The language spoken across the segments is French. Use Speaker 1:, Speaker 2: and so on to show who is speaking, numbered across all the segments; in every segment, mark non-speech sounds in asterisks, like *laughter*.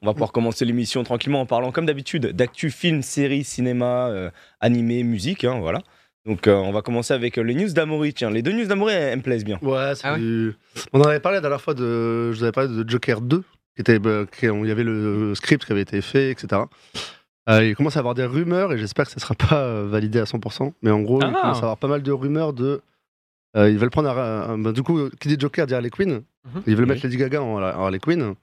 Speaker 1: On va pouvoir commencer l'émission tranquillement en parlant, comme d'habitude, d'actu, films, séries, cinéma, euh, animé, musique, hein, voilà. Donc euh, on va commencer avec euh, les news d'Amaury. Tiens, les deux news d'Amaury, elles, elles me plaisent bien.
Speaker 2: Ouais, c'est
Speaker 3: Ah ouais
Speaker 2: du- On en avait parlé la dernière fois de. Je vous avais parlé de Joker 2, qui était, bah, qui- où il y avait le script qui avait été fait, etc. Euh, il commence à avoir des rumeurs, et j'espère que ça ne sera pas euh, validé à 100%, mais en gros, il
Speaker 3: Ah.
Speaker 2: commence à avoir pas mal de rumeurs de. euh, ils veulent prendre. un- un- bah, du coup, euh, qui dit Joker dit Harley Quinn.
Speaker 3: Mhm.
Speaker 2: Ils veulent
Speaker 1: Oui.
Speaker 2: mettre Lady Gaga en, en Harley Quinn.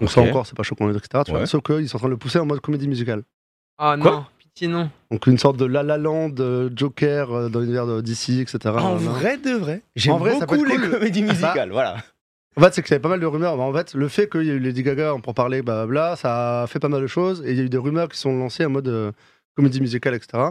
Speaker 2: On
Speaker 1: Ok.
Speaker 2: sait encore, c'est pas choquant, etc. tu vois.
Speaker 1: Ouais.
Speaker 2: Sauf qu'ils sont en train de le pousser en mode comédie musicale.
Speaker 3: Oh
Speaker 4: Ah
Speaker 3: non, pitié non.
Speaker 2: Donc une sorte de La La Land, euh, Joker euh, dans l'univers de DC, etc.
Speaker 1: En
Speaker 2: Nanana.
Speaker 1: vrai de vrai, j'aime
Speaker 2: vrai, ça peut
Speaker 1: beaucoup
Speaker 2: être
Speaker 1: les
Speaker 2: cool. Ah.
Speaker 1: comédies musicales, voilà.
Speaker 2: En fait, c'est qu'il y avait pas mal de rumeurs. Bah, En fait, le fait qu'il y ait eu Lady Gaga, on peut en parler, blablabla, ça a fait pas mal de choses. Et il y a eu des rumeurs qui sont lancées en mode euh, comédie musicale, etc.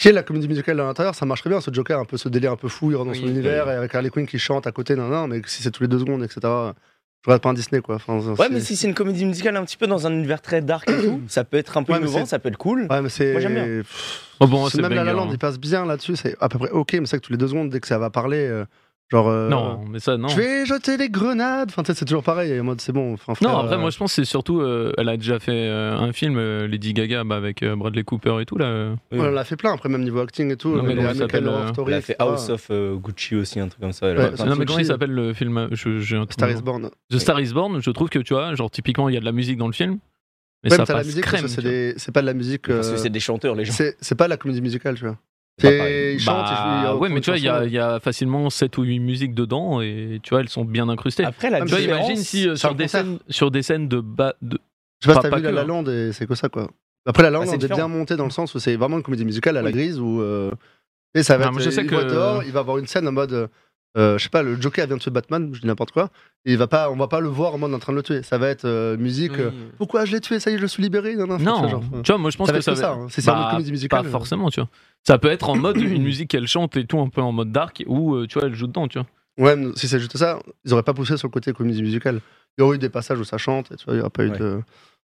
Speaker 2: Qui est la comédie musicale à l'intérieur, ça marcherait bien. Ce Joker, un peu ce délire un peu fou, il rentre dans
Speaker 3: Oui.
Speaker 2: son univers, et avec Harley Quinn qui chante à côté, nan, nan, mais si c'est tous les deux secondes, etc. Je regarde pas un Disney, quoi. Enfin,
Speaker 1: Ouais, mais si c'est une comédie musicale un petit peu dans un univers très dark et tout, ça peut être un peu
Speaker 2: Ouais, mais
Speaker 1: innovant,
Speaker 2: c'est-
Speaker 1: ça peut être cool.
Speaker 2: Ouais, mais c'est.
Speaker 1: Moi, j'aime bien.
Speaker 2: Pff,
Speaker 3: Oh bon,
Speaker 2: c'est
Speaker 3: c'est
Speaker 2: même La La
Speaker 3: banger,
Speaker 2: Land,
Speaker 3: hein.
Speaker 2: il passe bien là-dessus, c'est à peu près ok, mais c'est vrai que tous les deux secondes, dès que ça va parler, euh, genre. euh,
Speaker 3: Non, mais ça, non.
Speaker 2: Je vais jeter des grenades. Enfin, tu sais, c'est toujours pareil. En mode, c'est bon. Enfin, frère,
Speaker 3: Non, après,
Speaker 2: euh,
Speaker 3: moi, je pense que c'est surtout. euh, elle a déjà fait euh, un film, euh, Lady Gaga, bah, avec euh, Bradley Cooper et tout, là. euh.
Speaker 1: Oui.
Speaker 2: On l'a fait plein, après même niveau acting et tout.
Speaker 3: Non, mais
Speaker 2: les
Speaker 3: comment
Speaker 2: American
Speaker 3: il s'appelle,
Speaker 2: Horror
Speaker 3: euh,
Speaker 2: Story,
Speaker 1: Elle a fait
Speaker 2: etc.
Speaker 1: House of euh, Gucci aussi, un truc comme ça. elle a
Speaker 2: Ouais,
Speaker 1: fait-
Speaker 2: ça-
Speaker 3: Non, mais comment il
Speaker 2: Gucci.
Speaker 3: s'appelle le film euh, je, j'ai un trou-
Speaker 2: Star is Born.
Speaker 3: The Star is Born, je trouve que, tu vois, genre, typiquement, il y a de la musique dans le film. Mais
Speaker 2: Même
Speaker 3: ça
Speaker 2: t'as la
Speaker 3: passe
Speaker 2: musique, parce
Speaker 3: crème.
Speaker 2: que c'est
Speaker 3: tu vois.
Speaker 2: des- c'est pas de la musique.
Speaker 1: Parce que
Speaker 2: euh,
Speaker 1: c'est des chanteurs, les gens. Bah,
Speaker 2: C'est c'est pas de la comédie musicale, tu vois.
Speaker 1: C'est pas
Speaker 2: C'est-
Speaker 1: pareil.
Speaker 2: Ils chantent, ils jouent- ils
Speaker 3: Bah,
Speaker 2: reprennent
Speaker 3: ouais, mais
Speaker 2: une
Speaker 3: tu vois, il y,
Speaker 2: euh, chanson.
Speaker 3: a- il y a facilement 7 ou 8 musiques dedans et tu vois, elles sont bien incrustées.
Speaker 1: Après, la
Speaker 2: Ah, mais
Speaker 3: tu vois,
Speaker 1: différence-
Speaker 3: imagine si euh,
Speaker 2: c'est un
Speaker 3: sur des,
Speaker 2: concert.
Speaker 3: scènes, sur des scènes de, ba- de-
Speaker 2: Je sais pas
Speaker 3: pas-
Speaker 2: si t'as
Speaker 3: pas
Speaker 2: vu La
Speaker 3: que,
Speaker 2: La
Speaker 3: hein. Bah,
Speaker 2: Land et c'est que ça, quoi. Après, La La Land,
Speaker 1: c'est
Speaker 2: on est bien
Speaker 1: différent.
Speaker 2: monté dans le sens où c'est vraiment une comédie musicale à la
Speaker 1: Oui.
Speaker 2: grise où. euh, Et ça va
Speaker 3: Ah,
Speaker 2: être. euh,
Speaker 3: moi, je sais
Speaker 2: il
Speaker 3: que-
Speaker 2: va dehors, il va avoir une scène en mode. euh, euh, je sais pas, le Joker vient de tuer Batman, je dis n'importe quoi. Et il va pas, on va pas le voir en mode en train de le tuer. Ça va être euh, musique. euh, Pourquoi je l'ai tué Ça y est, je suis libéré. Non, non, enfin, tu vois,
Speaker 3: Non,
Speaker 2: genre, enfin,
Speaker 3: tu vois, moi je pense
Speaker 2: Ah, ça va
Speaker 3: que
Speaker 2: être
Speaker 3: ça
Speaker 2: que
Speaker 3: va-
Speaker 2: ça. hein. Si c'est en mode
Speaker 3: Bah,
Speaker 2: comédie musicale.
Speaker 3: Pas
Speaker 2: euh,
Speaker 3: forcément, tu vois. Ça peut être en mode une musique qu'elle chante et tout, un peu en mode dark, ou euh, tu vois, elle joue dedans, tu vois.
Speaker 2: Ouais, mais si c'est juste ça, ils auraient pas poussé sur le côté comédie musicale. Il y aurait eu des passages où ça chante, et tu vois, il n'y aurait pas eu
Speaker 1: Ouais.
Speaker 2: de.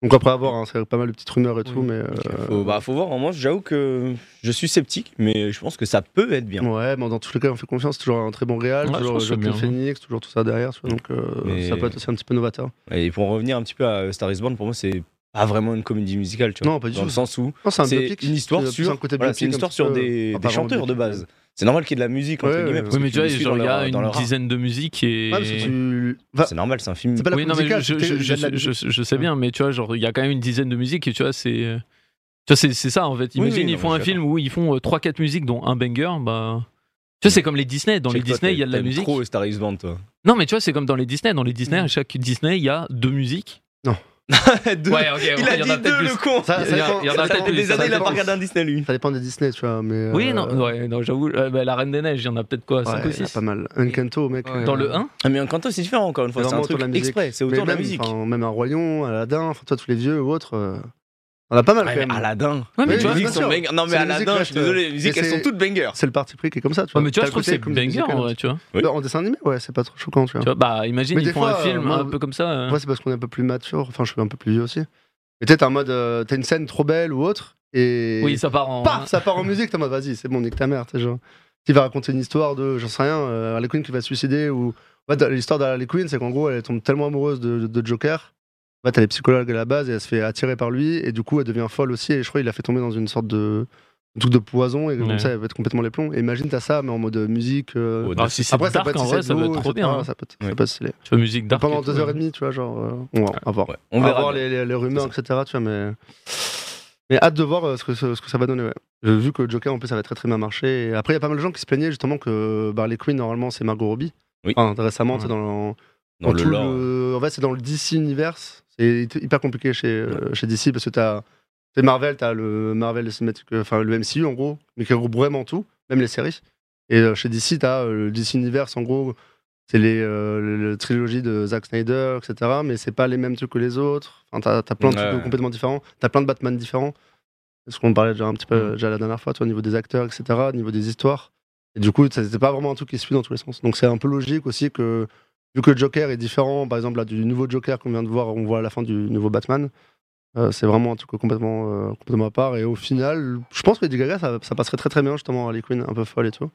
Speaker 2: Donc après avoir, hein, c'est pas mal de petites rumeurs et tout,
Speaker 3: Oui.
Speaker 2: mais. euh,
Speaker 1: Faut, bah, faut voir, en moi, j'avoue que je suis sceptique, mais je pense que ça peut être bien.
Speaker 2: Ouais, mais dans tous les cas, on fait confiance. Toujours un très bon Real,
Speaker 3: Ouais, je
Speaker 2: toujours
Speaker 3: pense que c'est
Speaker 2: Joaquin
Speaker 3: bien.
Speaker 2: Phoenix, toujours tout ça derrière. tu vois, donc euh,
Speaker 1: Mais-
Speaker 2: ça peut être aussi un petit peu novateur.
Speaker 1: Et pour en revenir un petit peu à Star is Born, pour moi, c'est pas vraiment une comédie musicale, tu vois.
Speaker 2: Non, pas du
Speaker 1: dans
Speaker 2: tout.
Speaker 1: le sens où
Speaker 2: Non, c'est un
Speaker 1: c'est
Speaker 2: biopic.
Speaker 1: une histoire
Speaker 2: C'est plus
Speaker 1: sur,
Speaker 2: un côté
Speaker 1: voilà,
Speaker 2: biopic
Speaker 1: c'est une
Speaker 2: un
Speaker 1: histoire
Speaker 2: petit
Speaker 1: sur
Speaker 2: peu.
Speaker 1: des,
Speaker 2: Enfin,
Speaker 1: des
Speaker 2: pas vraiment
Speaker 1: chanteurs de
Speaker 2: biopic,
Speaker 1: base. C'est normal qu'il y ait de la musique, entre
Speaker 2: Ouais, ouais,
Speaker 1: guillemets.
Speaker 2: ouais.
Speaker 1: parce
Speaker 3: Oui,
Speaker 1: que
Speaker 3: mais tu vois,
Speaker 1: les suis
Speaker 3: genre,
Speaker 1: dans
Speaker 3: il y a
Speaker 1: leur- dans
Speaker 3: une
Speaker 1: leur art.
Speaker 3: dizaine de musiques
Speaker 2: mais-
Speaker 3: et.
Speaker 2: Ouais, parce que tu. va-
Speaker 1: C'est normal, c'est un film.
Speaker 2: C'est pas la
Speaker 3: oui, non, mais
Speaker 2: musicale,
Speaker 3: je,
Speaker 2: c'était-
Speaker 3: je-
Speaker 2: il y a de la
Speaker 3: je- je-
Speaker 2: musique.
Speaker 3: je sais bien, mais tu vois, genre, il y a quand même une dizaine de musiques et tu vois, c'est. euh, Tu vois, c'est c'est ça en fait.
Speaker 1: Oui, oui,
Speaker 3: Imagine,
Speaker 1: non,
Speaker 3: ils font
Speaker 1: mais
Speaker 3: un
Speaker 1: je suis
Speaker 3: film où ils font 3-4 musiques, dont un banger, bah. Tu vois, c'est comme les Disney. Dans les
Speaker 1: Check-toi,
Speaker 3: Disney, il y a de la
Speaker 1: t'aimes
Speaker 3: musique.
Speaker 1: trop Star is Born, toi.
Speaker 3: Non, mais tu vois, c'est comme dans les Disney. Dans les Disney, à chaque Disney, il y a deux musiques.
Speaker 1: Deux.
Speaker 3: ok,
Speaker 1: Il a dit deux, le con
Speaker 2: Ça,
Speaker 3: Il y
Speaker 2: ça
Speaker 3: a-
Speaker 2: dépend-
Speaker 3: il y en a
Speaker 1: Ça
Speaker 2: ça
Speaker 1: fait
Speaker 3: peut-être
Speaker 2: dépend-
Speaker 3: plus,
Speaker 1: des
Speaker 2: ça
Speaker 1: années, il a
Speaker 2: dépend-
Speaker 1: pas regardé un Disney, lui.
Speaker 2: Ça dépend des Disney, tu vois. Mais,
Speaker 3: Oui,
Speaker 2: euh,
Speaker 3: non, ouais, non j'avoue, euh, bah, la Reine des Neiges, il y en a peut-être quoi,
Speaker 2: ouais,
Speaker 3: 5
Speaker 2: il y en
Speaker 3: ou
Speaker 2: a
Speaker 3: 6
Speaker 2: pas mal. Encanto, mec. euh,
Speaker 4: Ouais.
Speaker 3: Dans le 1
Speaker 1: Ah, mais Encanto, c'est différent, encore une fois.
Speaker 2: Mais
Speaker 1: C'est un
Speaker 2: vraiment autour
Speaker 1: truc
Speaker 2: de la musique.
Speaker 1: exprès, c'est
Speaker 2: Mais
Speaker 1: autour de la
Speaker 2: même,
Speaker 1: musique.
Speaker 2: enfin, Même un royaume, Aladdin, enfin, toi, tous les vieux ou autres. euh, On a pas mal
Speaker 1: Ouais,
Speaker 2: quand même.
Speaker 1: mais Aladdin.
Speaker 3: Ouais, mais
Speaker 1: Les
Speaker 3: tu vois,
Speaker 1: musiques
Speaker 2: bien
Speaker 1: sont
Speaker 2: sûr.
Speaker 1: banger. Non, mais
Speaker 2: C'est les musiques
Speaker 1: Aladdin, je suis
Speaker 2: restent-
Speaker 1: désolé, les musiques,
Speaker 2: mais
Speaker 1: elles
Speaker 2: c'est-
Speaker 1: sont toutes bangers.
Speaker 2: C'est le parti pris qui est comme ça, tu vois.
Speaker 3: Ouais, mais tu vois,
Speaker 2: T'as
Speaker 3: je
Speaker 2: le
Speaker 3: trouve que
Speaker 2: côté
Speaker 3: c'est
Speaker 2: comédie
Speaker 3: banger
Speaker 2: musicale,
Speaker 3: en vrai, tu vois.
Speaker 1: Oui.
Speaker 2: Bah, En dessin animé, ouais, c'est pas trop choquant, tu
Speaker 3: Tu
Speaker 2: vois.
Speaker 3: vois, bah imagine,
Speaker 2: Mais
Speaker 3: ils
Speaker 2: des
Speaker 3: font
Speaker 2: fois,
Speaker 3: un film
Speaker 2: euh,
Speaker 3: un
Speaker 2: moi-
Speaker 3: peu comme ça. euh.
Speaker 2: Ouais, c'est parce qu'on est un peu plus mature, enfin, je suis un peu plus vieux aussi. Mais t'es en mode, euh, t'as une scène trop belle ou autre, et.
Speaker 3: Oui, ça part en.
Speaker 2: Paf, ça part en musique, t'es en mode, vas-y, c'est bon, nique ta mère, tu sais, genre. Qui va raconter une histoire de, j'en sais rien, euh, Harley Quinn qui va se suicider, ou. En fait, l'histoire d'Harley Quinn, c'est qu'en gros, elle tombe tellement amoureuse de, de Joker. En fait, elle est psychologue à la base et elle se fait attirer par lui, et du coup, elle devient folle aussi, et je crois qu'il la fait tomber dans une sorte de. un truc de poison, et comme
Speaker 3: Ouais.
Speaker 2: ça, elle va être complètement les plombs. Et imagine, t'as ça, mais en mode musique. euh,
Speaker 1: Oh,
Speaker 3: Ah, si c'est
Speaker 2: Après, ça peut
Speaker 3: dark
Speaker 2: être
Speaker 3: en
Speaker 2: si
Speaker 3: vrai,
Speaker 2: c'est
Speaker 3: ça doit
Speaker 2: beau,
Speaker 3: être trop
Speaker 2: etc.,
Speaker 3: bien. hein.
Speaker 2: Ça peut être,
Speaker 1: Ouais.
Speaker 2: ça peut être stylé.
Speaker 3: Tu vois, musique dark.
Speaker 2: Pendant
Speaker 3: et tout,
Speaker 2: deux heures
Speaker 3: ouais.
Speaker 2: et demie, tu vois, genre, euh, on va à voir.
Speaker 1: Ouais, On
Speaker 2: À
Speaker 1: verra.
Speaker 2: voir
Speaker 1: bien.
Speaker 2: les, les- les rumeurs, etc. Tu vois, mais. Mais hâte de voir euh, ce que, ce, ce que ça va donner, ouais. Euh, Vu que Joker, en plus, ça va très très bien marcher. Et après, il y a pas mal de gens qui se plaignaient justement que Barley Quinn, normalement, c'est Margot Robbie.
Speaker 1: Oui.
Speaker 2: Enfin, récemment,
Speaker 3: Ouais.
Speaker 2: tu sais, dans, le-
Speaker 1: Dans le
Speaker 2: tout
Speaker 1: lore.
Speaker 2: le- En fait, c'est dans le DC Universe. C'est hy- hyper compliqué chez, euh, chez DC parce que t'as. C'est Marvel, t'as le Marvel Cinematic- euh, enfin le MCU en gros, mais qui regroupe vraiment tout, même les séries. Et euh, chez DC, t'as euh, le DC Universe en gros, c'est les euh, le- le trilogie de Zack Snyder, etc. Mais c'est pas les mêmes trucs que les autres. Enfin, t'as t'as plein de
Speaker 1: Ouais.
Speaker 2: trucs complètement différents. T'as plein de Batman différents. Ce qu'on parlait déjà un petit peu
Speaker 1: Mm.
Speaker 2: euh, déjà la dernière fois, tu vois, au niveau des acteurs, etc. Au niveau des histoires. Et du coup, ça, c'était pas vraiment un truc qui se suit dans tous les sens. Donc c'est un peu logique aussi que vu que le Joker est différent, par exemple là, du nouveau Joker qu'on vient de voir, on voit à la fin du nouveau Batman. euh, c'est vraiment un truc complètement, euh, complètement à part. Et au final, je pense que Lady Gaga, ça, ça passerait très très bien justement à Harley Quinn, un peu folle et tout.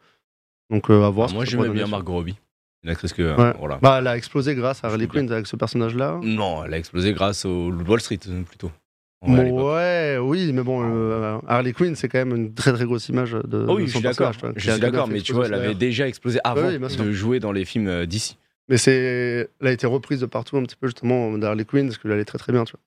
Speaker 2: Donc euh, à voir.
Speaker 1: Ah,
Speaker 2: ce
Speaker 1: Moi,
Speaker 2: que ça pourrait
Speaker 1: j'aimais bien
Speaker 2: donner.
Speaker 1: Margot Robbie. Une actrice que.
Speaker 2: Ouais.
Speaker 1: Voilà.
Speaker 2: Bah, elle a explosé grâce à Harley
Speaker 1: Je veux
Speaker 2: Quinn avec ce personnage-là.
Speaker 1: Non, elle a explosé grâce au Loup de Wall Street, euh, plutôt. En vrai, à l'époque.
Speaker 2: Bon, ouais, oui, mais bon, euh, Harley Quinn, c'est quand même une très très grosse image de,
Speaker 1: Oh
Speaker 2: de
Speaker 1: Ah. oui, je
Speaker 2: son
Speaker 1: suis d'accord.
Speaker 2: personnage. tu vois, qui
Speaker 1: Je
Speaker 2: a
Speaker 1: suis
Speaker 2: bien
Speaker 1: d'accord,
Speaker 2: fait
Speaker 1: mais tu vois, elle
Speaker 2: exploser
Speaker 1: avait
Speaker 2: derrière.
Speaker 1: déjà explosé avant
Speaker 2: oui, bien
Speaker 1: de
Speaker 2: sûr.
Speaker 1: jouer dans les films euh, d'ici. *clears throat*
Speaker 2: Mais c'est, elle a été reprise de partout un petit peu justement d'Harley Quinn parce qu'elle allait très très bien, tu vois.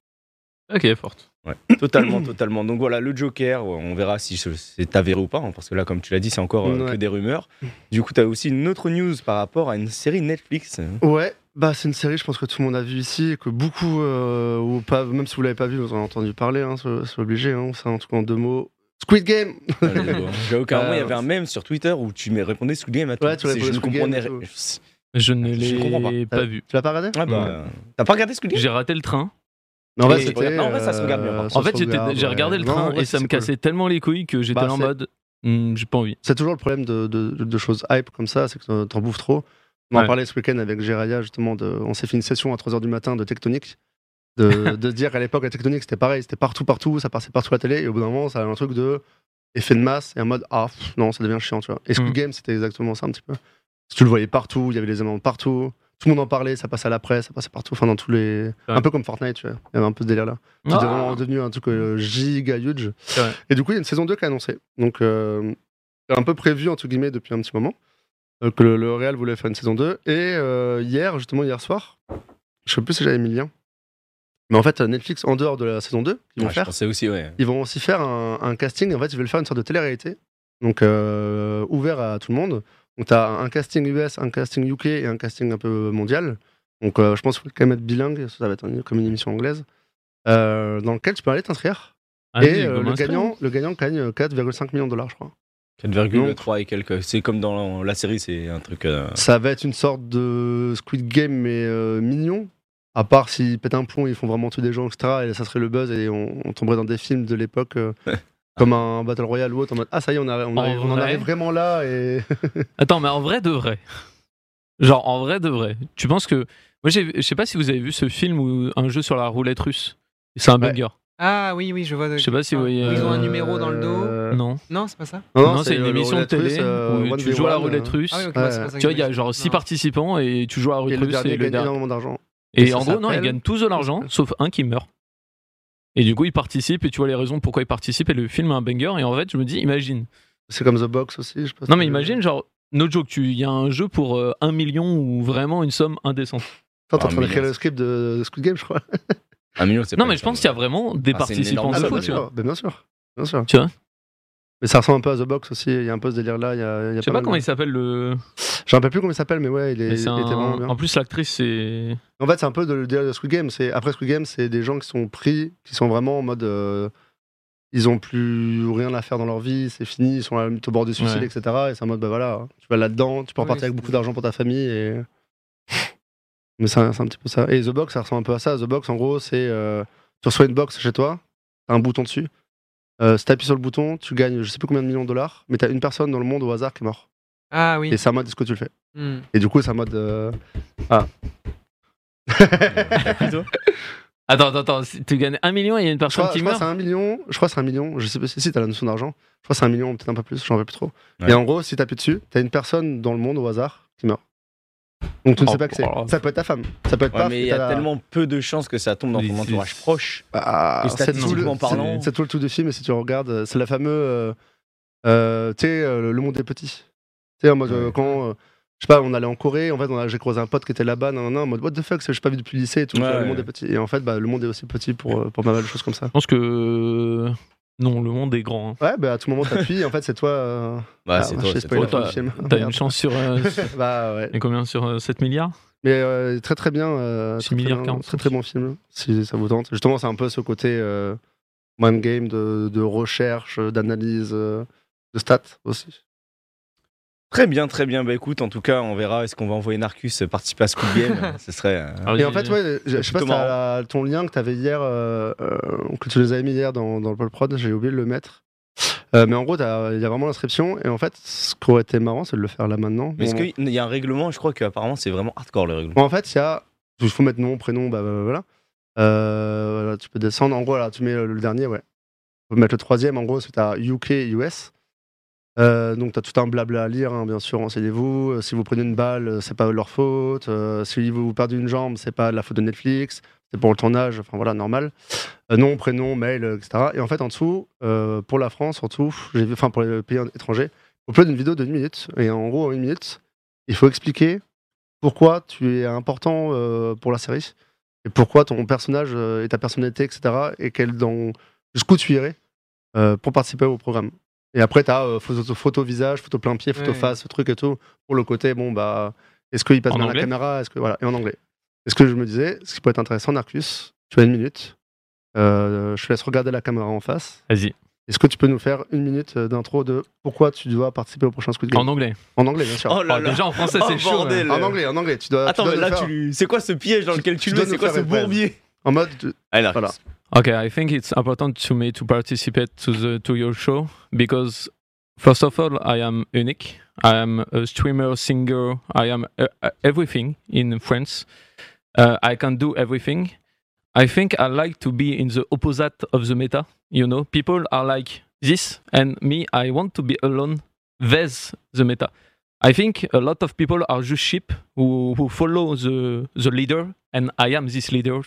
Speaker 3: Ok, forte.
Speaker 1: Totalement, totalement. Donc voilà, le Joker, on verra si ce- c'est avéré ou pas, hein, parce que là, comme tu l'as dit, c'est encore euh, que
Speaker 2: Ouais.
Speaker 1: des rumeurs. Du coup, tu as aussi une autre news par rapport à une série Netflix. *laughs*
Speaker 2: Ouais, bah c'est une série, je pense que tout le monde a vu ici, et que beaucoup, euh, ou pas, même si vous l'avez pas vu, vous en avez entendu parler, hein, c'est c'est obligé, hein, ça en tout cas en deux mots. Squid Game
Speaker 1: Ah, let's go. J'ai aucun
Speaker 2: Euh,
Speaker 1: moment, il y avait un meme sur Twitter où tu me répondais sous game à tout.
Speaker 2: Ouais, tu
Speaker 1: C'est-
Speaker 2: répondais
Speaker 1: je ne
Speaker 2: sous game
Speaker 1: comprenais
Speaker 2: et
Speaker 1: rien.
Speaker 2: tout.
Speaker 3: Je ne
Speaker 1: Je comprends
Speaker 3: l'ai pas,
Speaker 2: Euh,
Speaker 3: vu.
Speaker 2: Tu l'as pas regardé
Speaker 1: Ah bah,
Speaker 2: Ouais.
Speaker 1: euh, T'as pas regardé ce que
Speaker 3: J'ai raté le train.
Speaker 2: Mais en
Speaker 1: Et-
Speaker 2: vrai,
Speaker 1: regarde-
Speaker 2: c'était.
Speaker 1: non, en vrai, ça se regarde bien, par
Speaker 2: euh,
Speaker 1: contre.
Speaker 2: ça
Speaker 3: En fait,
Speaker 2: se
Speaker 3: j'étais-
Speaker 2: regarde,
Speaker 3: j'ai
Speaker 2: ouais.
Speaker 3: regardé le
Speaker 2: Non, en
Speaker 3: train
Speaker 2: vrai,
Speaker 3: et ça
Speaker 2: c'est
Speaker 3: me
Speaker 2: cool.
Speaker 3: cassait tellement les couilles que j'étais
Speaker 2: Bah,
Speaker 3: là en
Speaker 2: c'est-
Speaker 3: mode Hmm, j'ai pas envie.
Speaker 2: C'est toujours le problème de, de, de- de choses hype comme ça, c'est que t'en- t'en bouffes trop. On
Speaker 3: Ouais.
Speaker 2: en parlait ce week-end avec Géraya, justement, de, on s'est fait une session à 3h du matin de Tectonic.
Speaker 3: *laughs*
Speaker 2: De, de se dire à l'époque, la Tectonic, c'était pareil, c'était partout, partout, ça passait partout à la télé, et au bout d'un moment, ça a un truc de effet de masse, et un mode, ah, pff, non, ça devient chiant, tu vois. Et Squid
Speaker 3: Mm.
Speaker 2: Game, c'était exactement ça, un petit peu. Si tu le voyais partout, il y avait les éléments partout, tout le monde en parlait, ça passait à la presse, ça passait partout, enfin, dans tous les. Un peu comme Fortnite, tu vois. Il y avait un peu ce délire-là. C'était
Speaker 3: Ah.
Speaker 2: vraiment devenu un truc euh, giga huge.
Speaker 3: Ouais.
Speaker 2: Et du coup, il y a une saison 2 qui est annoncée. Donc, euh, c'est un peu prévu, entre guillemets, depuis un petit moment, euh, que le, le Real voulait faire une saison 2. Et euh, hier, justement, hier soir, je sais plus si j'avais mis le lien, mais en fait, euh, Netflix, en dehors de la saison 2, qu'ils vont
Speaker 1: Ouais, Ah, Je
Speaker 2: faire,
Speaker 1: pensais aussi, ouais.
Speaker 2: ils vont aussi faire un, un casting. En fait, ils veulent faire une sorte de télé-réalité, donc euh, ouvert à tout le monde. Donc, tu as un casting US, un casting UK et un casting un peu mondial. Donc, euh, je pense qu'il faut quand même être bilingue, ça va être une- comme une émission anglaise, euh, dans lequel tu peux aller t'inscrire.
Speaker 3: Ah,
Speaker 2: et
Speaker 3: dis,
Speaker 2: euh,
Speaker 3: comme
Speaker 2: le,
Speaker 3: un
Speaker 2: gagnant, le gagnant gagne euh, 4,5 millions de dollars, je crois.
Speaker 1: 4,3 et quelques. C'est comme dans la, la série, c'est un truc. euh,
Speaker 2: Ça va être une sorte de Squid Game, mais euh, mignon. À part s'ils pètent un plomb, ils font vraiment tuer des gens, etc. Et ça serait le buzz et on, on tomberait dans des films de l'époque. euh, Comme un Battle Royale ou autre, en mode Ah, ça y est, on, arri- on
Speaker 3: En
Speaker 2: arrive- on en
Speaker 3: vrai-
Speaker 2: arrive vraiment là.
Speaker 3: *laughs*
Speaker 2: Et...
Speaker 3: Attends, mais en vrai de vrai. Genre, en vrai de vrai. Tu penses que. Moi, j'ai- je sais pas si vous avez vu ce film ou un jeu sur la roulette russe. C'est un
Speaker 2: Ouais.
Speaker 3: bugger.
Speaker 4: Ah oui, oui, je vois. de-
Speaker 3: Je sais pas si vous voyez,
Speaker 4: Ils ont un
Speaker 3: euh,
Speaker 4: numéro dans le dos.
Speaker 2: Euh,
Speaker 3: Non.
Speaker 4: Non, c'est pas ça.
Speaker 3: Non, c'est une
Speaker 2: le
Speaker 3: émission de
Speaker 2: roulette russe,
Speaker 3: télé
Speaker 2: euh,
Speaker 3: où tu
Speaker 2: 1v1,
Speaker 3: joues à la
Speaker 2: euh,
Speaker 3: roulette russe.
Speaker 4: Ah oui, ok, bah,
Speaker 2: Ouais.
Speaker 4: c'est pour ça que
Speaker 3: Tu vois,
Speaker 4: je
Speaker 3: il y a
Speaker 4: l'ai-
Speaker 3: genre 6
Speaker 4: non.
Speaker 3: participants et tu joues à la
Speaker 2: Et
Speaker 3: roulette
Speaker 2: euh, le
Speaker 3: russe
Speaker 2: dernier
Speaker 3: et le
Speaker 2: gagne
Speaker 3: dernier.
Speaker 2: énormément d'argent.
Speaker 3: Et
Speaker 2: Ça
Speaker 3: en gros, non, ils
Speaker 2: s'appelle-
Speaker 3: gagnent tous de l'argent, sauf un qui meurt. Et du coup, ils participent et tu vois les raisons pourquoi ils participent et le film est un banger. Et en fait, je me dis, imagine.
Speaker 2: C'est comme The Box aussi, je pense.
Speaker 3: Non, mais imagine, genre, no joke, tu- il y a un jeu pour euh, un million ou vraiment une somme indécente.
Speaker 2: Attends, t'es
Speaker 1: Ah,
Speaker 2: en train
Speaker 1: mais
Speaker 2: d'écrire
Speaker 1: non.
Speaker 2: le script de de Squid Game, je crois.
Speaker 1: Un million, c'est
Speaker 3: Non,
Speaker 1: pas
Speaker 3: mais
Speaker 1: une
Speaker 3: je pense qu'il y
Speaker 1: somme.
Speaker 3: a vraiment des
Speaker 1: Ah, c'est une
Speaker 3: participants
Speaker 1: énorme
Speaker 3: de
Speaker 1: somme,
Speaker 3: fou,
Speaker 2: bien
Speaker 3: tu vois.
Speaker 2: sûr, ben bien sûr. Bien sûr.
Speaker 3: Tu vois
Speaker 2: Mais ça ressemble un peu à The Box aussi, il y a un peu ce délire-là. il Y a, il y a
Speaker 3: Je sais
Speaker 2: pas
Speaker 3: pas
Speaker 2: mal
Speaker 3: comment
Speaker 2: de-
Speaker 3: il s'appelle le.
Speaker 2: Je me rappelle plus comment il s'appelle, mais ouais, il, est,
Speaker 3: Mais c'est
Speaker 2: il était vraiment
Speaker 3: un-
Speaker 2: bien.
Speaker 3: En plus, l'actrice, c'est.
Speaker 2: En fait, c'est un peu de- le délire de Squid Game. C'est après Squid Game, c'est des gens qui sont pris, qui sont vraiment en mode, euh, ils ont plus rien à faire dans leur vie, c'est fini, ils sont à- au bord du suicide,
Speaker 3: Ouais.
Speaker 2: etc. Et c'est en mode, bah voilà, tu vas là-dedans, tu peux
Speaker 4: Oui,
Speaker 2: repartir avec
Speaker 4: c'est-
Speaker 2: beaucoup d'argent pour ta famille et. *laughs* Mais c'est un, c'est un petit peu ça. Et The Box, ça ressemble un peu à ça. The Box, en gros, c'est euh, tu reçois une box chez toi, t'as un bouton dessus. Euh, si t'appuies sur le bouton, tu gagnes je sais plus combien de millions de dollars, mais t'as une personne dans le monde au hasard qui est mort.
Speaker 4: Ah oui.
Speaker 2: Et c'est en mode, est-ce que tu le fais
Speaker 4: Hmm.
Speaker 2: Et du coup, c'est en mode. euh, Ah.
Speaker 1: *laughs* Plutôt.
Speaker 3: Attends, attends, attends, si tu gagnes un million et il y a une
Speaker 2: Je
Speaker 3: personne
Speaker 2: crois, je
Speaker 3: qui
Speaker 2: crois que
Speaker 3: meurt.
Speaker 2: c'est un million. Je crois que c'est un million. Je sais pas si, si t'as la notion d'argent. Je crois que c'est un million, peut-être un peu plus. J'en veux plus trop.
Speaker 1: Ouais.
Speaker 2: Et en gros, si t'appuies dessus, t'as une personne dans le monde au hasard qui meurt. Donc tu ne
Speaker 3: Oh,
Speaker 2: sais pas que c'est.
Speaker 3: oh.
Speaker 2: Ça peut être ta femme. Ça peut être
Speaker 1: Ouais,
Speaker 2: pas.
Speaker 1: mais il y a tellement peu de chances que ça tombe dans ton
Speaker 3: Les-
Speaker 1: entourage proche.
Speaker 2: Ah,
Speaker 1: que
Speaker 2: c'est tout le
Speaker 1: statistiquement parlant-
Speaker 2: c'est- C'est tout le tout du film. Et si tu regardes, euh, c'est la fameuse. euh, euh, tu sais, euh, le monde est petit. Tu sais, en mode euh,
Speaker 1: Ouais.
Speaker 2: quand. euh, je sais pas, on allait en Corée, en fait, on a- j'ai croisé un pote qui était là-bas, nan, nan, nan, en mode what the fuck, je suis pas vu depuis le lycée et tout, tu
Speaker 1: Ouais,
Speaker 2: vois, le
Speaker 1: ouais.
Speaker 2: monde est petit. Et en fait, bah, le monde est aussi petit pour, euh, pour pas mal de choses comme ça.
Speaker 3: Je pense que. euh, Non, le monde est grand. hein.
Speaker 2: Ouais, bah à tout moment t'appuies, et en fait, c'est toi. euh,
Speaker 1: Bah,
Speaker 2: Ah,
Speaker 1: c'est
Speaker 2: bah,
Speaker 1: toi,
Speaker 2: j'ai
Speaker 1: c'est
Speaker 2: spoilé
Speaker 1: toi.
Speaker 2: la fin du film.
Speaker 3: T'as
Speaker 2: Merde.
Speaker 3: une chance sur. euh,
Speaker 1: *laughs*
Speaker 2: bah ouais.
Speaker 3: et combien sur euh, 7 milliards
Speaker 2: Mais euh, très très bien. euh,
Speaker 3: Six
Speaker 2: très, très,
Speaker 3: milliards
Speaker 2: bien,
Speaker 3: quarante-cinq.
Speaker 2: très très bon film, si ça vous tente. Justement, c'est un peu ce côté euh, mind game de, de recherche, euh, d'analyse, euh, de stats aussi.
Speaker 1: Très bien, très bien. Bah écoute, en tout cas, on verra. Est-ce qu'on va envoyer Narcus participer à Squid
Speaker 2: *laughs*
Speaker 1: Game Ce serait. euh,
Speaker 3: Alors,
Speaker 2: Et en
Speaker 3: j'ai-
Speaker 2: fait, ouais, je je sais pas si
Speaker 1: plutôt
Speaker 2: t'as la- ton lien que t'avais hier, euh, euh, que tu les avais mis hier dans, dans le Paul Prod, j'ai oublié de le mettre. Euh, mais en gros, t'as- il y a vraiment l'inscription. Et en fait, ce qui aurait été marrant, c'est de le faire là maintenant.
Speaker 1: Mais est-ce
Speaker 2: Bon,
Speaker 1: qu'il y a un règlement Je crois qu'apparemment, c'est vraiment hardcore le règlement.
Speaker 2: Bon, en fait, il y a. Il faut mettre nom, prénom, bah, bah, bah, voilà. Euh, voilà, Tu peux descendre. En gros, là, tu mets le, le dernier, ouais. Tu peux mettre le troisième. En gros, c'est à UK, US. Euh, donc, tu as tout un blabla à lire, hein, bien sûr, renseignez-vous. Euh, si vous prenez une balle, euh, c'est pas leur faute. Euh, si vous perdez une jambe, c'est pas la faute de Netflix. C'est pour le tournage, enfin voilà, normal. Euh, nom, prénom, mail, euh, etc. Et en fait, en dessous, euh, pour la France, en dessous, j'ai vu, enfin pour les pays étrangers, on upload une vidéo de une minute. Et en gros, en une minute, il faut expliquer pourquoi tu es important euh, pour la série et pourquoi ton personnage euh, et ta personnalité, etc. Et quel dans jusqu'où tu irais euh, pour participer au programme. Et après, tu as photo, photo visage, photo plein pied, photo
Speaker 4: Ouais.
Speaker 2: face, truc et tout, pour le côté, bon, bah, est-ce qu'il passe
Speaker 3: En
Speaker 2: bien la
Speaker 3: anglais
Speaker 2: caméra est-ce que, voilà, Et en anglais. Et ce que je me disais, ce qui peut être intéressant, Narcus, tu as une minute, euh, je te laisse regarder la caméra en face.
Speaker 3: Vas-y.
Speaker 2: Est-ce que tu peux nous faire une minute euh, d'intro de pourquoi tu dois participer au prochain Squid Game
Speaker 3: En anglais.
Speaker 2: En anglais, bien sûr.
Speaker 1: Oh là
Speaker 3: Oh,
Speaker 1: là.
Speaker 3: déjà en français,
Speaker 1: Oh,
Speaker 3: c'est chaud.
Speaker 1: bordel.
Speaker 3: hein.
Speaker 2: En anglais, en anglais, tu dois. tu
Speaker 1: Attends,
Speaker 2: dois
Speaker 1: mais
Speaker 2: nous
Speaker 1: là,
Speaker 2: faire-
Speaker 1: tu... c'est quoi ce piège dans lequel tu
Speaker 2: tu
Speaker 1: le mets
Speaker 2: dois
Speaker 1: C'est
Speaker 2: nous
Speaker 1: quoi
Speaker 2: faire
Speaker 1: ce
Speaker 2: une thèse.
Speaker 1: bourbier
Speaker 2: En mode, tu-
Speaker 1: Allez,
Speaker 2: Voilà.
Speaker 1: Narcisse.
Speaker 3: Okay, I think it's important to me to participate to the to your show because first of all, I am unique. I am a streamer, singer. I am uh, uh, everything in France. Uh, I can do everything. I think I like to be in the opposite of the meta. You know, people are like this, and me, I want to be alone with the meta. I think a lot of people are just sheep who, who follow the the leader, and I am this leader.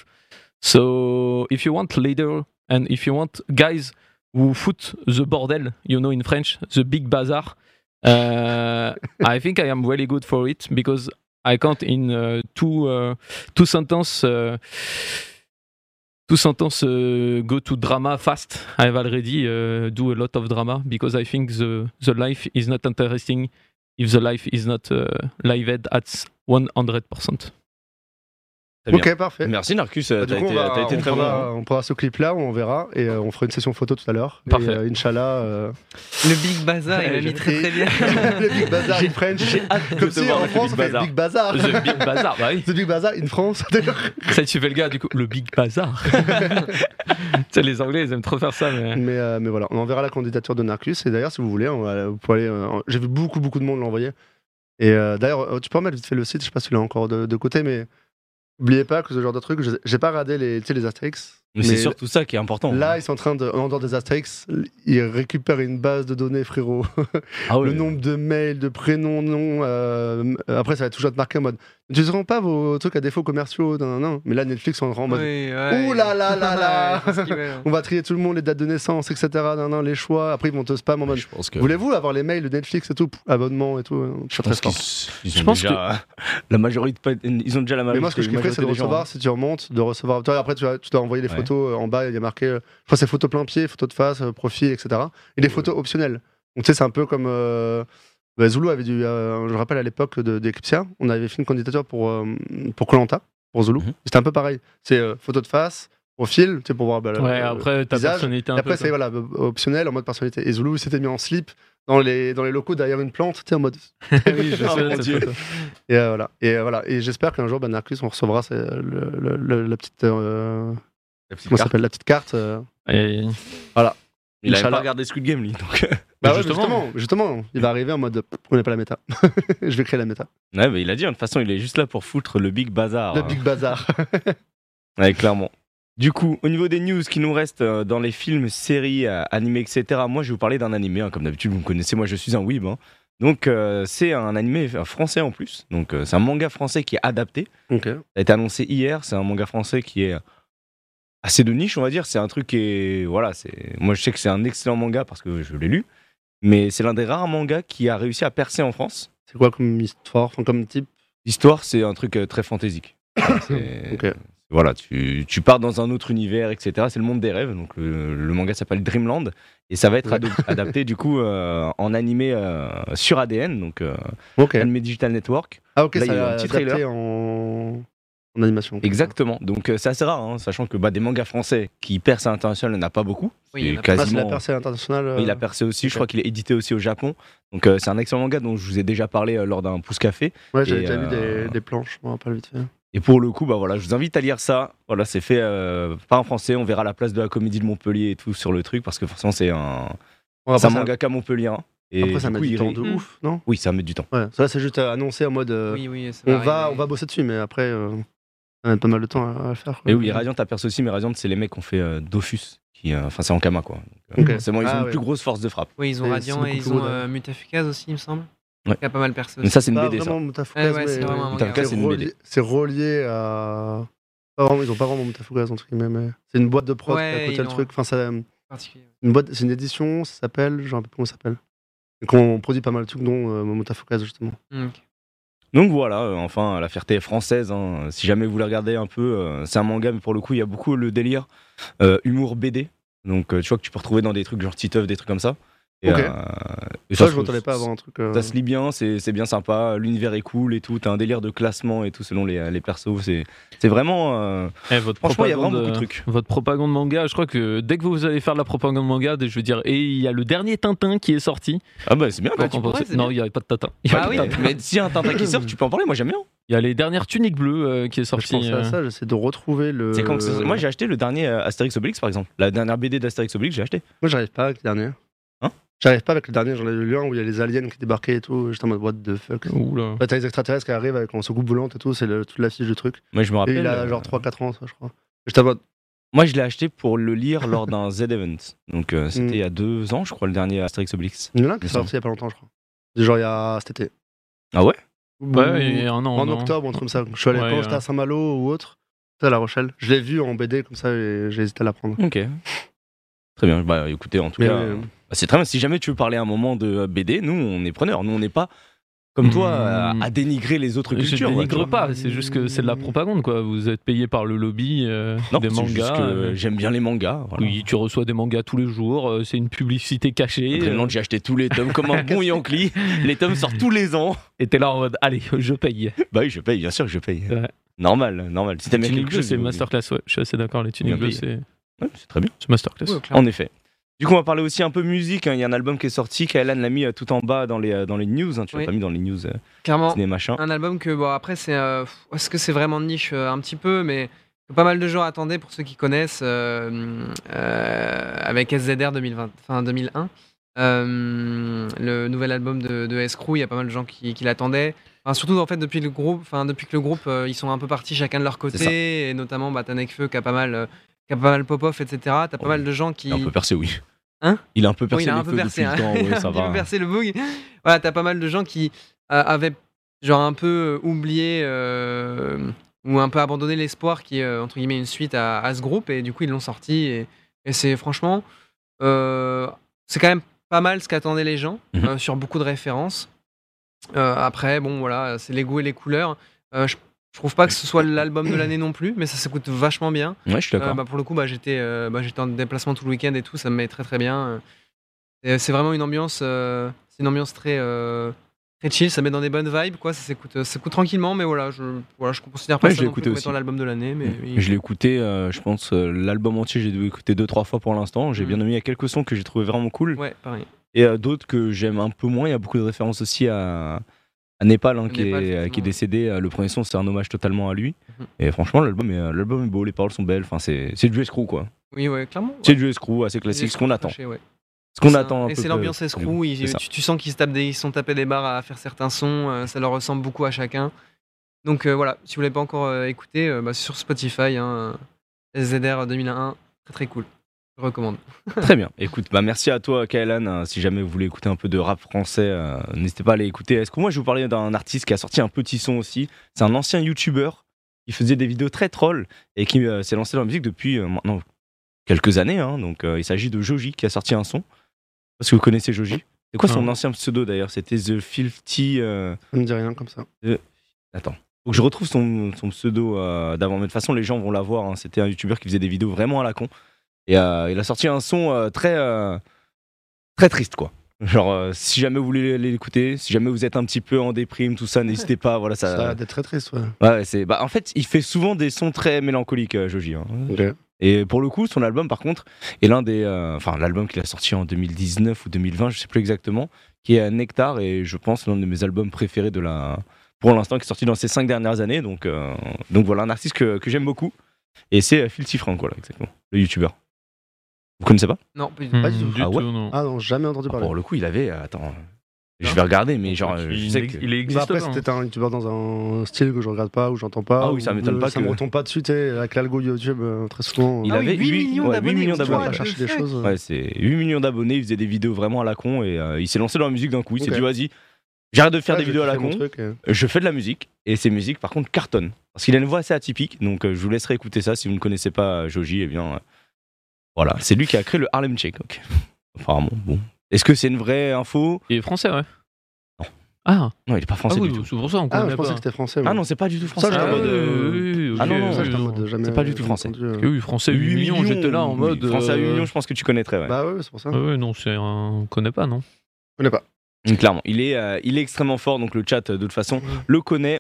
Speaker 3: So if you want leader and if you want guys who foot the bordel, you know in French, the big bazaar, uh, *laughs* I think I am really good for it because I can't in uh, two uh, two sentence. Uh, Two sentence uh, go to drama fast. I've already uh, do a lot of drama because I think the, the life is not interesting if the life is not uh, lived at 100%.
Speaker 1: Très bien.
Speaker 2: ok, parfait.
Speaker 1: Merci Narcus,
Speaker 2: Bah,
Speaker 1: t'as été,
Speaker 2: du coup, on, va-
Speaker 1: t'as été
Speaker 2: on
Speaker 1: très bon.
Speaker 2: prendra, on prendra ce clip-là, on verra, et euh, on fera une session photo tout à l'heure. Et,
Speaker 3: Parfait.
Speaker 2: euh,
Speaker 1: *laughs*
Speaker 2: Inch'Allah. euh,
Speaker 4: Le Big Bazaar, il l'a mis très très bien.
Speaker 2: le Big Bazaar in French. Comme
Speaker 1: de
Speaker 2: si
Speaker 1: voir
Speaker 2: en
Speaker 1: le
Speaker 2: France,
Speaker 1: Big
Speaker 2: on
Speaker 1: Bazaar.
Speaker 2: fait Big Bazaar.
Speaker 3: The big bazaar, bah
Speaker 2: *laughs*
Speaker 3: oui.
Speaker 2: The Big Bazaar in France.
Speaker 3: Ça, tu fais le gars, du coup, le big bazar. *laughs* tu sais, les Anglais, ils aiment trop faire ça,
Speaker 2: *laughs*
Speaker 3: mais.
Speaker 2: mais, euh, mais voilà, on enverra la candidature de Narcus. Et d'ailleurs, si vous voulez, on va- vous pouvez aller. euh, en- J'ai vu beaucoup, beaucoup de monde l'envoyer. Et euh, d'ailleurs, euh, tu peux remettre vite fait le site, je sais pas si tu l'as encore de, de côté, mais n'oubliez pas que ce genre de truc, je- j'ai pas radé les, tu sais, les Astérix.
Speaker 1: Mais c'est surtout ça qui est important.
Speaker 2: Là, ils sont en train de. En dehors des Astérix, ils récupèrent une base de données, frérot.
Speaker 1: Ah ouais.
Speaker 2: le nombre de mails, de prénoms, noms. euh, euh, après, ça va toujours te marquer en mode. Tu ne pas vos trucs à défaut commerciaux, nan, nan, nan. Mais là, Netflix, on le rend *laughs* en mode. Ouh là là là là. *laughs* On va trier tout le monde, les dates de naissance, etc. nan, nan, les choix. Après, ils vont te spam en mode.
Speaker 1: Je pense que.
Speaker 2: Voulez-vous avoir les mails de Netflix et tout pff, Abonnement et tout. hein,
Speaker 1: Je
Speaker 2: pas très
Speaker 1: pense qu'ils ils
Speaker 2: fort.
Speaker 3: Je
Speaker 1: ont
Speaker 3: pense
Speaker 1: déjà la majorité, ils ont déjà la majorité.
Speaker 2: Mais moi, ce que je kifferais, c'est de
Speaker 1: des gens,
Speaker 2: recevoir,
Speaker 1: hein.
Speaker 2: si tu remontes, de recevoir. tu vois, Après, tu, vas- tu dois envoyer les
Speaker 1: Ouais.
Speaker 2: photos euh, en bas, il y a marqué. euh, je crois que c'est photo plein pied, photo de face, euh, profil, etc. Et les photos optionnelles. Donc, tu sais, c'est un peu comme. euh, bah, Zulu avait dû. euh, je me rappelle à l'époque de- d'Eclipsia, on avait fait une candidature pour euh, pour Colanta, pour Zulu.
Speaker 1: Mhm.
Speaker 2: C'était un peu pareil. C'est euh, photo de face, profil, tu sais, pour voir. bah, le-
Speaker 3: Ouais,
Speaker 2: le-
Speaker 3: après, ta
Speaker 2: visage.
Speaker 3: personnalité un
Speaker 2: et après,
Speaker 3: peu.
Speaker 2: c'est voilà, optionnel en mode personnalité. Et Zulu s'était mis en slip dans les, dans les locaux derrière une plante, tu sais,
Speaker 1: *laughs*
Speaker 2: en mode
Speaker 3: quoi.
Speaker 2: *laughs*
Speaker 3: oui, je sais,
Speaker 1: Ah, mon
Speaker 3: cette
Speaker 1: Dieu.
Speaker 3: photo.
Speaker 2: et euh, voilà. Et euh, voilà. Et j'espère qu'un jour, ben, Narcus, on recevra ce- le- le- le- la petite. euh,
Speaker 1: La petite
Speaker 2: comment
Speaker 1: carte. Bah
Speaker 2: ça s'appelle La petite carte. euh.
Speaker 3: Et-
Speaker 1: Il a pas
Speaker 2: Inch'Allah.
Speaker 1: regardé Squid Game, lui. Donc... euh,
Speaker 2: Bah ouais,
Speaker 3: justement.
Speaker 2: justement. justement, il va arriver en mode on n'est pas la méta. *laughs* Je vais créer la méta.
Speaker 1: *laughs* Ouais, mais il a dit, hein, de toute façon, il est juste là pour foutre le big bazar.
Speaker 2: le
Speaker 1: hein.
Speaker 2: Big
Speaker 1: *laughs*
Speaker 2: Bazar.
Speaker 1: Ouais, clairement. Du coup, au niveau des news qui nous restent euh, dans les films, séries, euh, animés, etc., moi je vais vous parler d'un animé, hein. comme d'habitude vous me connaissez, moi je suis un weeb. hein. Donc euh, c'est un animé euh, français en plus, donc euh, c'est un manga français qui est adapté.
Speaker 2: ok.
Speaker 1: Ça a été annoncé hier, c'est un manga français qui est assez de niche on va dire, c'est un truc qui est... Voilà, c'est... moi je sais que c'est un excellent manga parce que je l'ai lu, mais c'est l'un des rares mangas qui a réussi à percer en France.
Speaker 2: C'est quoi comme histoire enfin, Comme type
Speaker 1: L'histoire c'est un truc euh, très
Speaker 2: *coughs*
Speaker 1: fantaisique. C'est-
Speaker 2: Ok.
Speaker 1: voilà, tu, tu pars dans un autre univers, etc. C'est le monde des rêves. Donc le, le manga s'appelle Dreamland et ça va être
Speaker 2: Ouais. *laughs*
Speaker 1: ado- adapté du coup euh, en animé euh, sur ADN, donc euh,
Speaker 2: Ok.
Speaker 1: Anime Digital Network.
Speaker 2: Ah, ok,
Speaker 1: Là,
Speaker 2: ça
Speaker 1: il y a eu un
Speaker 2: a
Speaker 1: petit
Speaker 2: adapté
Speaker 1: trailer.
Speaker 2: en... en animation. Ah,
Speaker 1: Exactement. Donc euh, c'est assez rare, hein, sachant que bah, des mangas français qui percent à l'international, il n'y en a pas beaucoup.
Speaker 4: Oui, il y en a
Speaker 1: Et
Speaker 4: pas.
Speaker 2: Ah, c'est la
Speaker 1: quasiment-
Speaker 2: percée internationale.
Speaker 1: Il a percé aussi,
Speaker 2: Euh, ok.
Speaker 1: je crois qu'il est édité aussi au Japon. Donc euh, c'est un excellent manga dont je vous ai déjà parlé euh, lors d'un pouce café.
Speaker 2: Ouais, j'avais
Speaker 1: et,
Speaker 2: déjà
Speaker 1: euh,
Speaker 2: vu des, des planches, je me rappelle vite fait.
Speaker 1: Et pour le coup, bah voilà, je vous invite à lire ça. Voilà, c'est fait euh, pas en français. On verra la place de la comédie de Montpellier et tout sur le truc parce que forcément c'est un,
Speaker 2: Bon, après,
Speaker 1: c'est un
Speaker 2: ça-
Speaker 1: manga qu'à Montpellier. hein. Et
Speaker 2: Après, ça
Speaker 1: du
Speaker 2: m'a
Speaker 1: coup,
Speaker 2: dit
Speaker 1: il
Speaker 2: temps
Speaker 1: ré-
Speaker 2: de
Speaker 4: Mm.
Speaker 2: ouf, non
Speaker 1: Oui, ça met du temps.
Speaker 2: Ouais, ça là, c'est juste euh, annoncé en mode. euh,
Speaker 4: Oui, oui, ça
Speaker 1: Ah,
Speaker 2: on va, on
Speaker 4: arriver.
Speaker 2: va bosser dessus, mais après, euh, on a pas mal de temps à, à le faire. quoi.
Speaker 1: Et oui, Radiant a percé aussi, mais Radiant, c'est les mecs qui ont fait euh, Dofus, qui, euh, Enfin, c'est Ankama, quoi. Donc, euh,
Speaker 2: Ok.
Speaker 1: forcément, ils ont
Speaker 2: Ah,
Speaker 1: une
Speaker 2: ouais.
Speaker 1: plus grosse force de frappe.
Speaker 4: Oui, ils ont
Speaker 2: Et c'est
Speaker 4: Radiant et
Speaker 2: beaucoup
Speaker 4: ils
Speaker 2: plus
Speaker 4: ont
Speaker 2: gros,
Speaker 4: euh, Mutafukaz aussi, il me semble.
Speaker 1: Ouais.
Speaker 4: Il y a pas mal de persos.
Speaker 1: Mais ça, c'est une
Speaker 2: Pas
Speaker 1: BD, ça.
Speaker 2: vraiment Moutafukaz,
Speaker 4: Eh ouais, c'est
Speaker 2: mais- euh,
Speaker 4: vraiment un manga.
Speaker 1: Moutafukaz, c'est une
Speaker 2: relié-
Speaker 1: BD.
Speaker 2: C'est relié à. Pas vraiment- ils ont pas vraiment Moutafukaz, entre guillemets, mais c'est une boîte de prod qui est
Speaker 4: Ouais,
Speaker 2: à
Speaker 4: ils
Speaker 2: côté le
Speaker 4: l'ont.
Speaker 2: truc. Enfin, ça-
Speaker 4: particulier.
Speaker 2: une boîte- c'est une édition, ça s'appelle, je sais pas comment ça s'appelle. Et qu'on produit pas mal de trucs, dont euh, Moutafukaz, justement.
Speaker 4: Mm, ok.
Speaker 1: Donc voilà, euh, enfin, la fierté est française. hein. Si jamais vous la regardez un peu, euh, c'est un manga, mais pour le coup, il y a beaucoup le délire euh, humour BD. Donc euh, tu vois que tu peux retrouver dans des trucs genre Titeuf, des trucs comme ça. Et,
Speaker 2: Ok.
Speaker 1: euh, et
Speaker 2: Ça,
Speaker 1: se-
Speaker 2: je m'entendais pas avant un truc. euh,
Speaker 1: Ça se lit bien, c'est c'est bien sympa, l'univers est cool et tout, t'as un délire de classement et tout selon les, les persos, c'est c'est vraiment... euh,
Speaker 3: Eh, votre
Speaker 1: Franchement, il y a
Speaker 3: propagande,
Speaker 1: vraiment beaucoup de
Speaker 3: euh,
Speaker 1: trucs.
Speaker 3: Votre propagande manga, je crois que dès que vous allez faire de la propagande manga, je veux dire, et il y a le dernier Tintin qui est sorti.
Speaker 1: Ah bah c'est bien
Speaker 4: Bah,
Speaker 1: quoi.
Speaker 4: tu
Speaker 3: Qu'en
Speaker 4: pourrais,
Speaker 3: pensez-
Speaker 4: c'est
Speaker 3: non,
Speaker 4: bien.
Speaker 3: il n'y a pas de Tintin. Il y a
Speaker 4: Bah
Speaker 1: Ah
Speaker 3: pas de
Speaker 4: oui.
Speaker 1: *laughs*
Speaker 3: Tintin.
Speaker 1: Mais si y a un Tintin qui sort, tu peux en parler, moi j'aime bien.
Speaker 3: Il y a les dernières tuniques bleues euh, qui est
Speaker 2: je
Speaker 3: sorti.
Speaker 2: pensais à ça, j'essaie de retrouver le.
Speaker 1: C'est quand que ça- Moi j'ai acheté le dernier euh, Astérix Obélix par exemple, la dernière BD d'Astérix Obélix j'ai acheté.
Speaker 2: Moi, j'arrive pas avec le dernier.
Speaker 1: Hein
Speaker 2: J'arrive pas avec le dernier, j'en ai lu un où il y a les aliens qui débarquaient et tout. J'étais en mode, what the fuck.
Speaker 3: Oula.
Speaker 2: Bah, t'as les extraterrestres qui arrivent avec en soucoupe volante et tout, c'est le- toute l'affiche du truc.
Speaker 1: Mais je me
Speaker 2: Et
Speaker 1: rappelle,
Speaker 2: il a
Speaker 1: euh,
Speaker 2: genre 3-4 ans, ça, je crois. J'étais en mode,
Speaker 1: moi je l'ai acheté pour le lire
Speaker 3: *laughs*
Speaker 1: lors d'un Z-Event, donc euh, c'était
Speaker 2: Mm.
Speaker 1: il y a deux ans je crois le dernier Astérix Obélix.
Speaker 2: il y en a un qui
Speaker 1: Il
Speaker 2: est sorti il y a pas longtemps, je crois. Genre, il y a cet été.
Speaker 1: Ah ouais
Speaker 2: Ou-
Speaker 3: Ouais, il y a un an.
Speaker 2: En
Speaker 3: non.
Speaker 2: octobre, un truc comme ça. Je suis allé
Speaker 3: Ouais,
Speaker 2: quand
Speaker 3: ouais.
Speaker 2: j'étais à Saint-Malo ou autre, j'étais à La Rochelle. Je l'ai vu en BD comme ça et j'ai hésité à la prendre.
Speaker 1: Ok. Très bien, bah écoutez en tout
Speaker 2: Mais
Speaker 1: cas...
Speaker 2: euh,
Speaker 1: euh, Bah, C'est très bien. Si jamais tu veux parler un moment de euh, BD, nous, on est preneurs. Nous, on n'est pas, comme toi, à-
Speaker 3: Mmh.
Speaker 1: à dénigrer les autres
Speaker 3: Je
Speaker 1: cultures. ouais, tu
Speaker 3: dénigre
Speaker 1: vois.
Speaker 3: pas, c'est juste que c'est de la propagande quoi. Vous êtes payé par le lobby euh,
Speaker 1: Non,
Speaker 3: des
Speaker 1: c'est
Speaker 3: mangas.
Speaker 1: juste que
Speaker 3: euh,
Speaker 1: j'aime bien les mangas. Voilà.
Speaker 3: Oui, tu reçois des mangas tous les jours, euh, c'est une publicité cachée.
Speaker 1: Après,
Speaker 3: euh,
Speaker 1: Nantes, j'ai acheté tous les tomes comme un
Speaker 3: *laughs*
Speaker 1: bon Yankee. Les tomes sortent tous les ans. *laughs*
Speaker 3: et t'es là en mode, allez, je paye.
Speaker 1: Bah oui, je paye, bien sûr que je paye.
Speaker 3: Ouais.
Speaker 1: Normal, normal. Si t'aimes bien
Speaker 3: Tunique
Speaker 1: quelque
Speaker 3: bleue,
Speaker 1: chose,
Speaker 3: c'est
Speaker 1: vous-
Speaker 3: masterclass, ouais, je suis assez d'accord, les tuniques
Speaker 1: Bien
Speaker 3: bleues,
Speaker 1: payé.
Speaker 3: c'est
Speaker 1: Ouais, c'est très bien.
Speaker 3: c'est masterclass.
Speaker 4: Ouais, clairement.
Speaker 1: En effet. Du coup, on va parler aussi un peu musique. hein. Il y a un album qui est sorti. Kaelan l'a mis euh, tout en bas dans les, euh, dans les news. hein. Tu l'as
Speaker 4: Oui. Oh.
Speaker 1: pas
Speaker 4: Ah,
Speaker 1: mis dans les news euh,
Speaker 4: Clairement,
Speaker 1: ciné machin.
Speaker 4: un album que, bon, après, c'est. euh, pff, Est-ce que c'est vraiment de niche euh, Un petit peu, mais que pas mal de gens attendaient pour ceux qui connaissent euh, euh, avec SZR 2020, enfin 2001. euh, le nouvel album de, de Escrew, il y a pas mal de gens qui, qui l'attendaient. Enfin, surtout en fait depuis le groupe, enfin depuis que le groupe, euh, ils sont un peu partis chacun de leur
Speaker 1: C'est ça.
Speaker 4: côté, et notamment bah, Tanek Feu qui a pas mal, euh, qui a pas mal pop off, etc. T'as pas
Speaker 1: Oui.
Speaker 4: mal de gens qui,
Speaker 1: Il est un peu percé, oui.
Speaker 4: Hein
Speaker 1: Il a un peu
Speaker 4: oui,
Speaker 1: percé
Speaker 4: il a
Speaker 1: les
Speaker 4: un peu
Speaker 1: feux
Speaker 4: percé,
Speaker 1: depuis le temps.
Speaker 4: hein. *laughs* Il
Speaker 1: ouais,
Speaker 4: a
Speaker 1: ça
Speaker 4: un petit
Speaker 1: va.
Speaker 4: peu percé le bug. Voilà, t'as pas mal de gens qui euh, avaient genre un peu euh, oublié euh, ou un peu abandonné l'espoir qui est euh, entre guillemets une suite à, à ce groupe et du coup ils l'ont sorti et, et c'est franchement euh, c'est quand même pas mal ce qu'attendaient les gens
Speaker 1: Mhm.
Speaker 4: euh, sur beaucoup de références. Euh, après bon voilà c'est les goûts et les couleurs. Euh, je, je trouve pas
Speaker 1: *coughs*
Speaker 4: que ce soit l'album de l'année non plus mais ça s'écoute vachement bien.
Speaker 1: Ouais, je suis
Speaker 4: Euh,
Speaker 1: d'accord.
Speaker 4: bah, pour le coup, bah, j'étais euh, bah, j'étais en déplacement tout le week-end et tout, ça me met très très bien. Euh, et C'est vraiment une ambiance, euh, c'est une ambiance très, euh, très chill, ça met dans des bonnes vibes, quoi. Ça s'écoute euh, ça s'écoute tranquillement, mais voilà, je, voilà, je considère pas
Speaker 1: Ouais,
Speaker 4: ça
Speaker 1: je l'ai
Speaker 4: non plus
Speaker 1: écouté
Speaker 4: comme
Speaker 1: aussi.
Speaker 4: étant l'album de l'année, mais il-
Speaker 1: Je l'ai écouté, euh, je pense, euh, l'album entier, j'ai dû écouter deux, trois fois pour l'instant. J'ai
Speaker 4: Mm.
Speaker 1: bien aimé, il y a quelques sons que j'ai trouvé vraiment cool.
Speaker 4: ouais, pareil.
Speaker 1: Et euh, d'autres que j'aime un peu moins. Il y a beaucoup de références aussi à, à Népal, hein, qui,
Speaker 4: Népal,
Speaker 1: est, euh, qui est
Speaker 4: effectivement.
Speaker 1: décédé. Euh, Le premier son, c'est un hommage totalement à lui.
Speaker 4: Mhm.
Speaker 1: Et franchement, l'album est, euh, l'album est beau, les paroles sont belles. Enfin, c'est, c'est du escroc, quoi.
Speaker 4: Oui, ouais, clairement. ouais.
Speaker 1: C'est du escroc assez
Speaker 4: Les
Speaker 1: classique, ce
Speaker 4: escrocs
Speaker 1: qu'on attend.
Speaker 4: crachés, ouais.
Speaker 1: Ce qu'on
Speaker 4: C'est
Speaker 1: attend
Speaker 4: un-
Speaker 1: un
Speaker 4: et
Speaker 1: peu
Speaker 4: c'est
Speaker 1: de-
Speaker 4: l'ambiance escroc, ils-
Speaker 1: c'est ça.
Speaker 4: tu, tu sens qu'ils se tapent des, ils se sont tapés des barres à faire certains sons, euh, ça leur ressemble beaucoup à chacun. Donc euh, voilà, si vous l'avez pas encore euh, écouté, euh, bah, c'est sur Spotify, hein, euh, SZR 2001, très très cool, je recommande.
Speaker 1: Très bien. Écoute, bah merci à toi, Kaelan. Euh, Si jamais vous voulez écouter un peu de rap français, euh, n'hésitez pas à aller écouter. Est-ce que moi, je vous parlais d'un artiste qui a sorti un petit son aussi C'est un ancien YouTuber qui faisait des vidéos très trolls et qui euh, s'est lancé dans la musique depuis euh, maintenant quelques années. hein. Donc, euh, il s'agit de Joji qui a sorti un son. Parce que vous connaissez Joji. C'est quoi son
Speaker 3: Non.
Speaker 1: ancien pseudo d'ailleurs C'était The Filthy. euh,
Speaker 2: Ça me dit rien comme ça.
Speaker 1: faut que je retrouve son, son pseudo euh, d'avant. Mais de toute façon, les gens vont la voir. hein. C'était un youtubeur qui faisait des vidéos vraiment à la con. Et euh, il a sorti un son euh, très, euh, très triste, quoi. Genre, euh, si jamais vous voulez l'écouter, si jamais vous êtes un petit peu en déprime, tout ça, n'hésitez pas. Voilà,
Speaker 2: Ça, a
Speaker 1: ça.
Speaker 2: l'air d'être très triste, ouais.
Speaker 1: ouais, c'est. Bah, en fait, il fait souvent des sons très mélancoliques, euh, Joji. hein.
Speaker 2: Ok.
Speaker 1: Et pour le coup, son album, par contre, est l'un des. euh, Enfin, l'album qu'il a sorti en 2019 ou 2020, je sais plus exactement, qui est euh, Nectar, et je pense l'un de mes albums préférés de la. Pour l'instant, qui est sorti dans ces cinq dernières années. Donc, euh, donc voilà, un artiste que, que j'aime beaucoup. Et c'est euh, Filthy Frank, voilà, exactement, le youtubeur. Vous connaissez pas
Speaker 4: Non, pas du tout.
Speaker 3: Hmm,
Speaker 2: Pas du tout.
Speaker 1: Ah ouais
Speaker 3: non.
Speaker 2: Ah non, jamais entendu
Speaker 1: Ah,
Speaker 2: parler.
Speaker 1: Pour le coup, il avait. euh, Attends, Je vais regarder, mais genre, euh, je
Speaker 3: il,
Speaker 1: sais
Speaker 3: ex-
Speaker 1: que.
Speaker 3: il
Speaker 2: Bah
Speaker 3: existe.
Speaker 2: après,
Speaker 3: pas, hein.
Speaker 2: c'était un youtubeur dans un style que je regarde pas ou j'entends pas.
Speaker 1: Ah oui, ça
Speaker 2: ou
Speaker 1: m'étonne
Speaker 2: le-
Speaker 1: pas
Speaker 2: Ça
Speaker 1: que-
Speaker 2: me retombe pas dessus, tu sais, avec l'algo YouTube, euh, très souvent.
Speaker 1: Il
Speaker 2: euh,
Speaker 4: Ah oui,
Speaker 1: avait
Speaker 4: 8
Speaker 1: huit-
Speaker 4: millions
Speaker 1: ouais,
Speaker 4: d'abonnés.
Speaker 1: 8 millions
Speaker 4: tu vois,
Speaker 2: tu vas
Speaker 1: d'abonnés.
Speaker 4: what the
Speaker 2: chercher des
Speaker 4: fuck.
Speaker 2: choses. euh.
Speaker 1: Ouais, c'est 8 millions d'abonnés, il faisait des vidéos vraiment à la con et euh, il s'est lancé dans la musique d'un coup. Il s'est
Speaker 2: Ok.
Speaker 1: dit, vas-y, j'arrête de faire
Speaker 2: Ouais,
Speaker 1: des
Speaker 2: j'ai
Speaker 1: vidéos à la
Speaker 2: fait mon
Speaker 1: con,
Speaker 2: truc, euh.
Speaker 1: je fais de la musique et ces musiques par contre cartonnent. Parce qu'il a une voix assez atypique, donc euh, je vous laisserai écouter ça si vous ne connaissez pas euh, Joji, eh bien euh, voilà. C'est lui qui a créé le Harlem Shake, ok. *laughs* Apparemment, bon. Est-ce que c'est une vraie info
Speaker 3: Il est français, ouais.
Speaker 1: Non.
Speaker 3: Ah,
Speaker 1: Non, il est pas
Speaker 3: ah
Speaker 1: français
Speaker 3: oui,
Speaker 1: du tout.
Speaker 3: c'est pour ça, on
Speaker 2: Ah,
Speaker 3: connaît
Speaker 2: je pensais
Speaker 3: pas.
Speaker 2: que c'était français.
Speaker 1: Ah
Speaker 2: moi.
Speaker 1: non, c'est pas du tout français.
Speaker 2: Ça, j'étais en
Speaker 3: Ah,
Speaker 1: Ah,
Speaker 2: mode,
Speaker 1: ouais,
Speaker 2: euh,
Speaker 3: oui, oui, oui,
Speaker 1: Ah
Speaker 3: ok,
Speaker 1: non, non,
Speaker 3: oui,
Speaker 2: Ça, j'étais en
Speaker 3: oui.
Speaker 2: mode, jamais-
Speaker 1: C'est pas du tout
Speaker 2: jamais
Speaker 1: français.
Speaker 2: entendu, euh.
Speaker 3: Oui, oui, français, 8,
Speaker 1: Huit
Speaker 3: millions, j'étais là en
Speaker 1: oui,
Speaker 3: mode.
Speaker 1: Français à 8
Speaker 3: euh,
Speaker 1: millions, je pense que tu connaîtrais, ouais.
Speaker 2: Bah ouais, ouais, c'est pour ça.
Speaker 3: ouais, ouais, non, c'est un... on connaît pas, non
Speaker 2: Je connais pas.
Speaker 1: Clairement, il est, euh, il est extrêmement fort, donc le chat, euh, de toute façon, le connaît.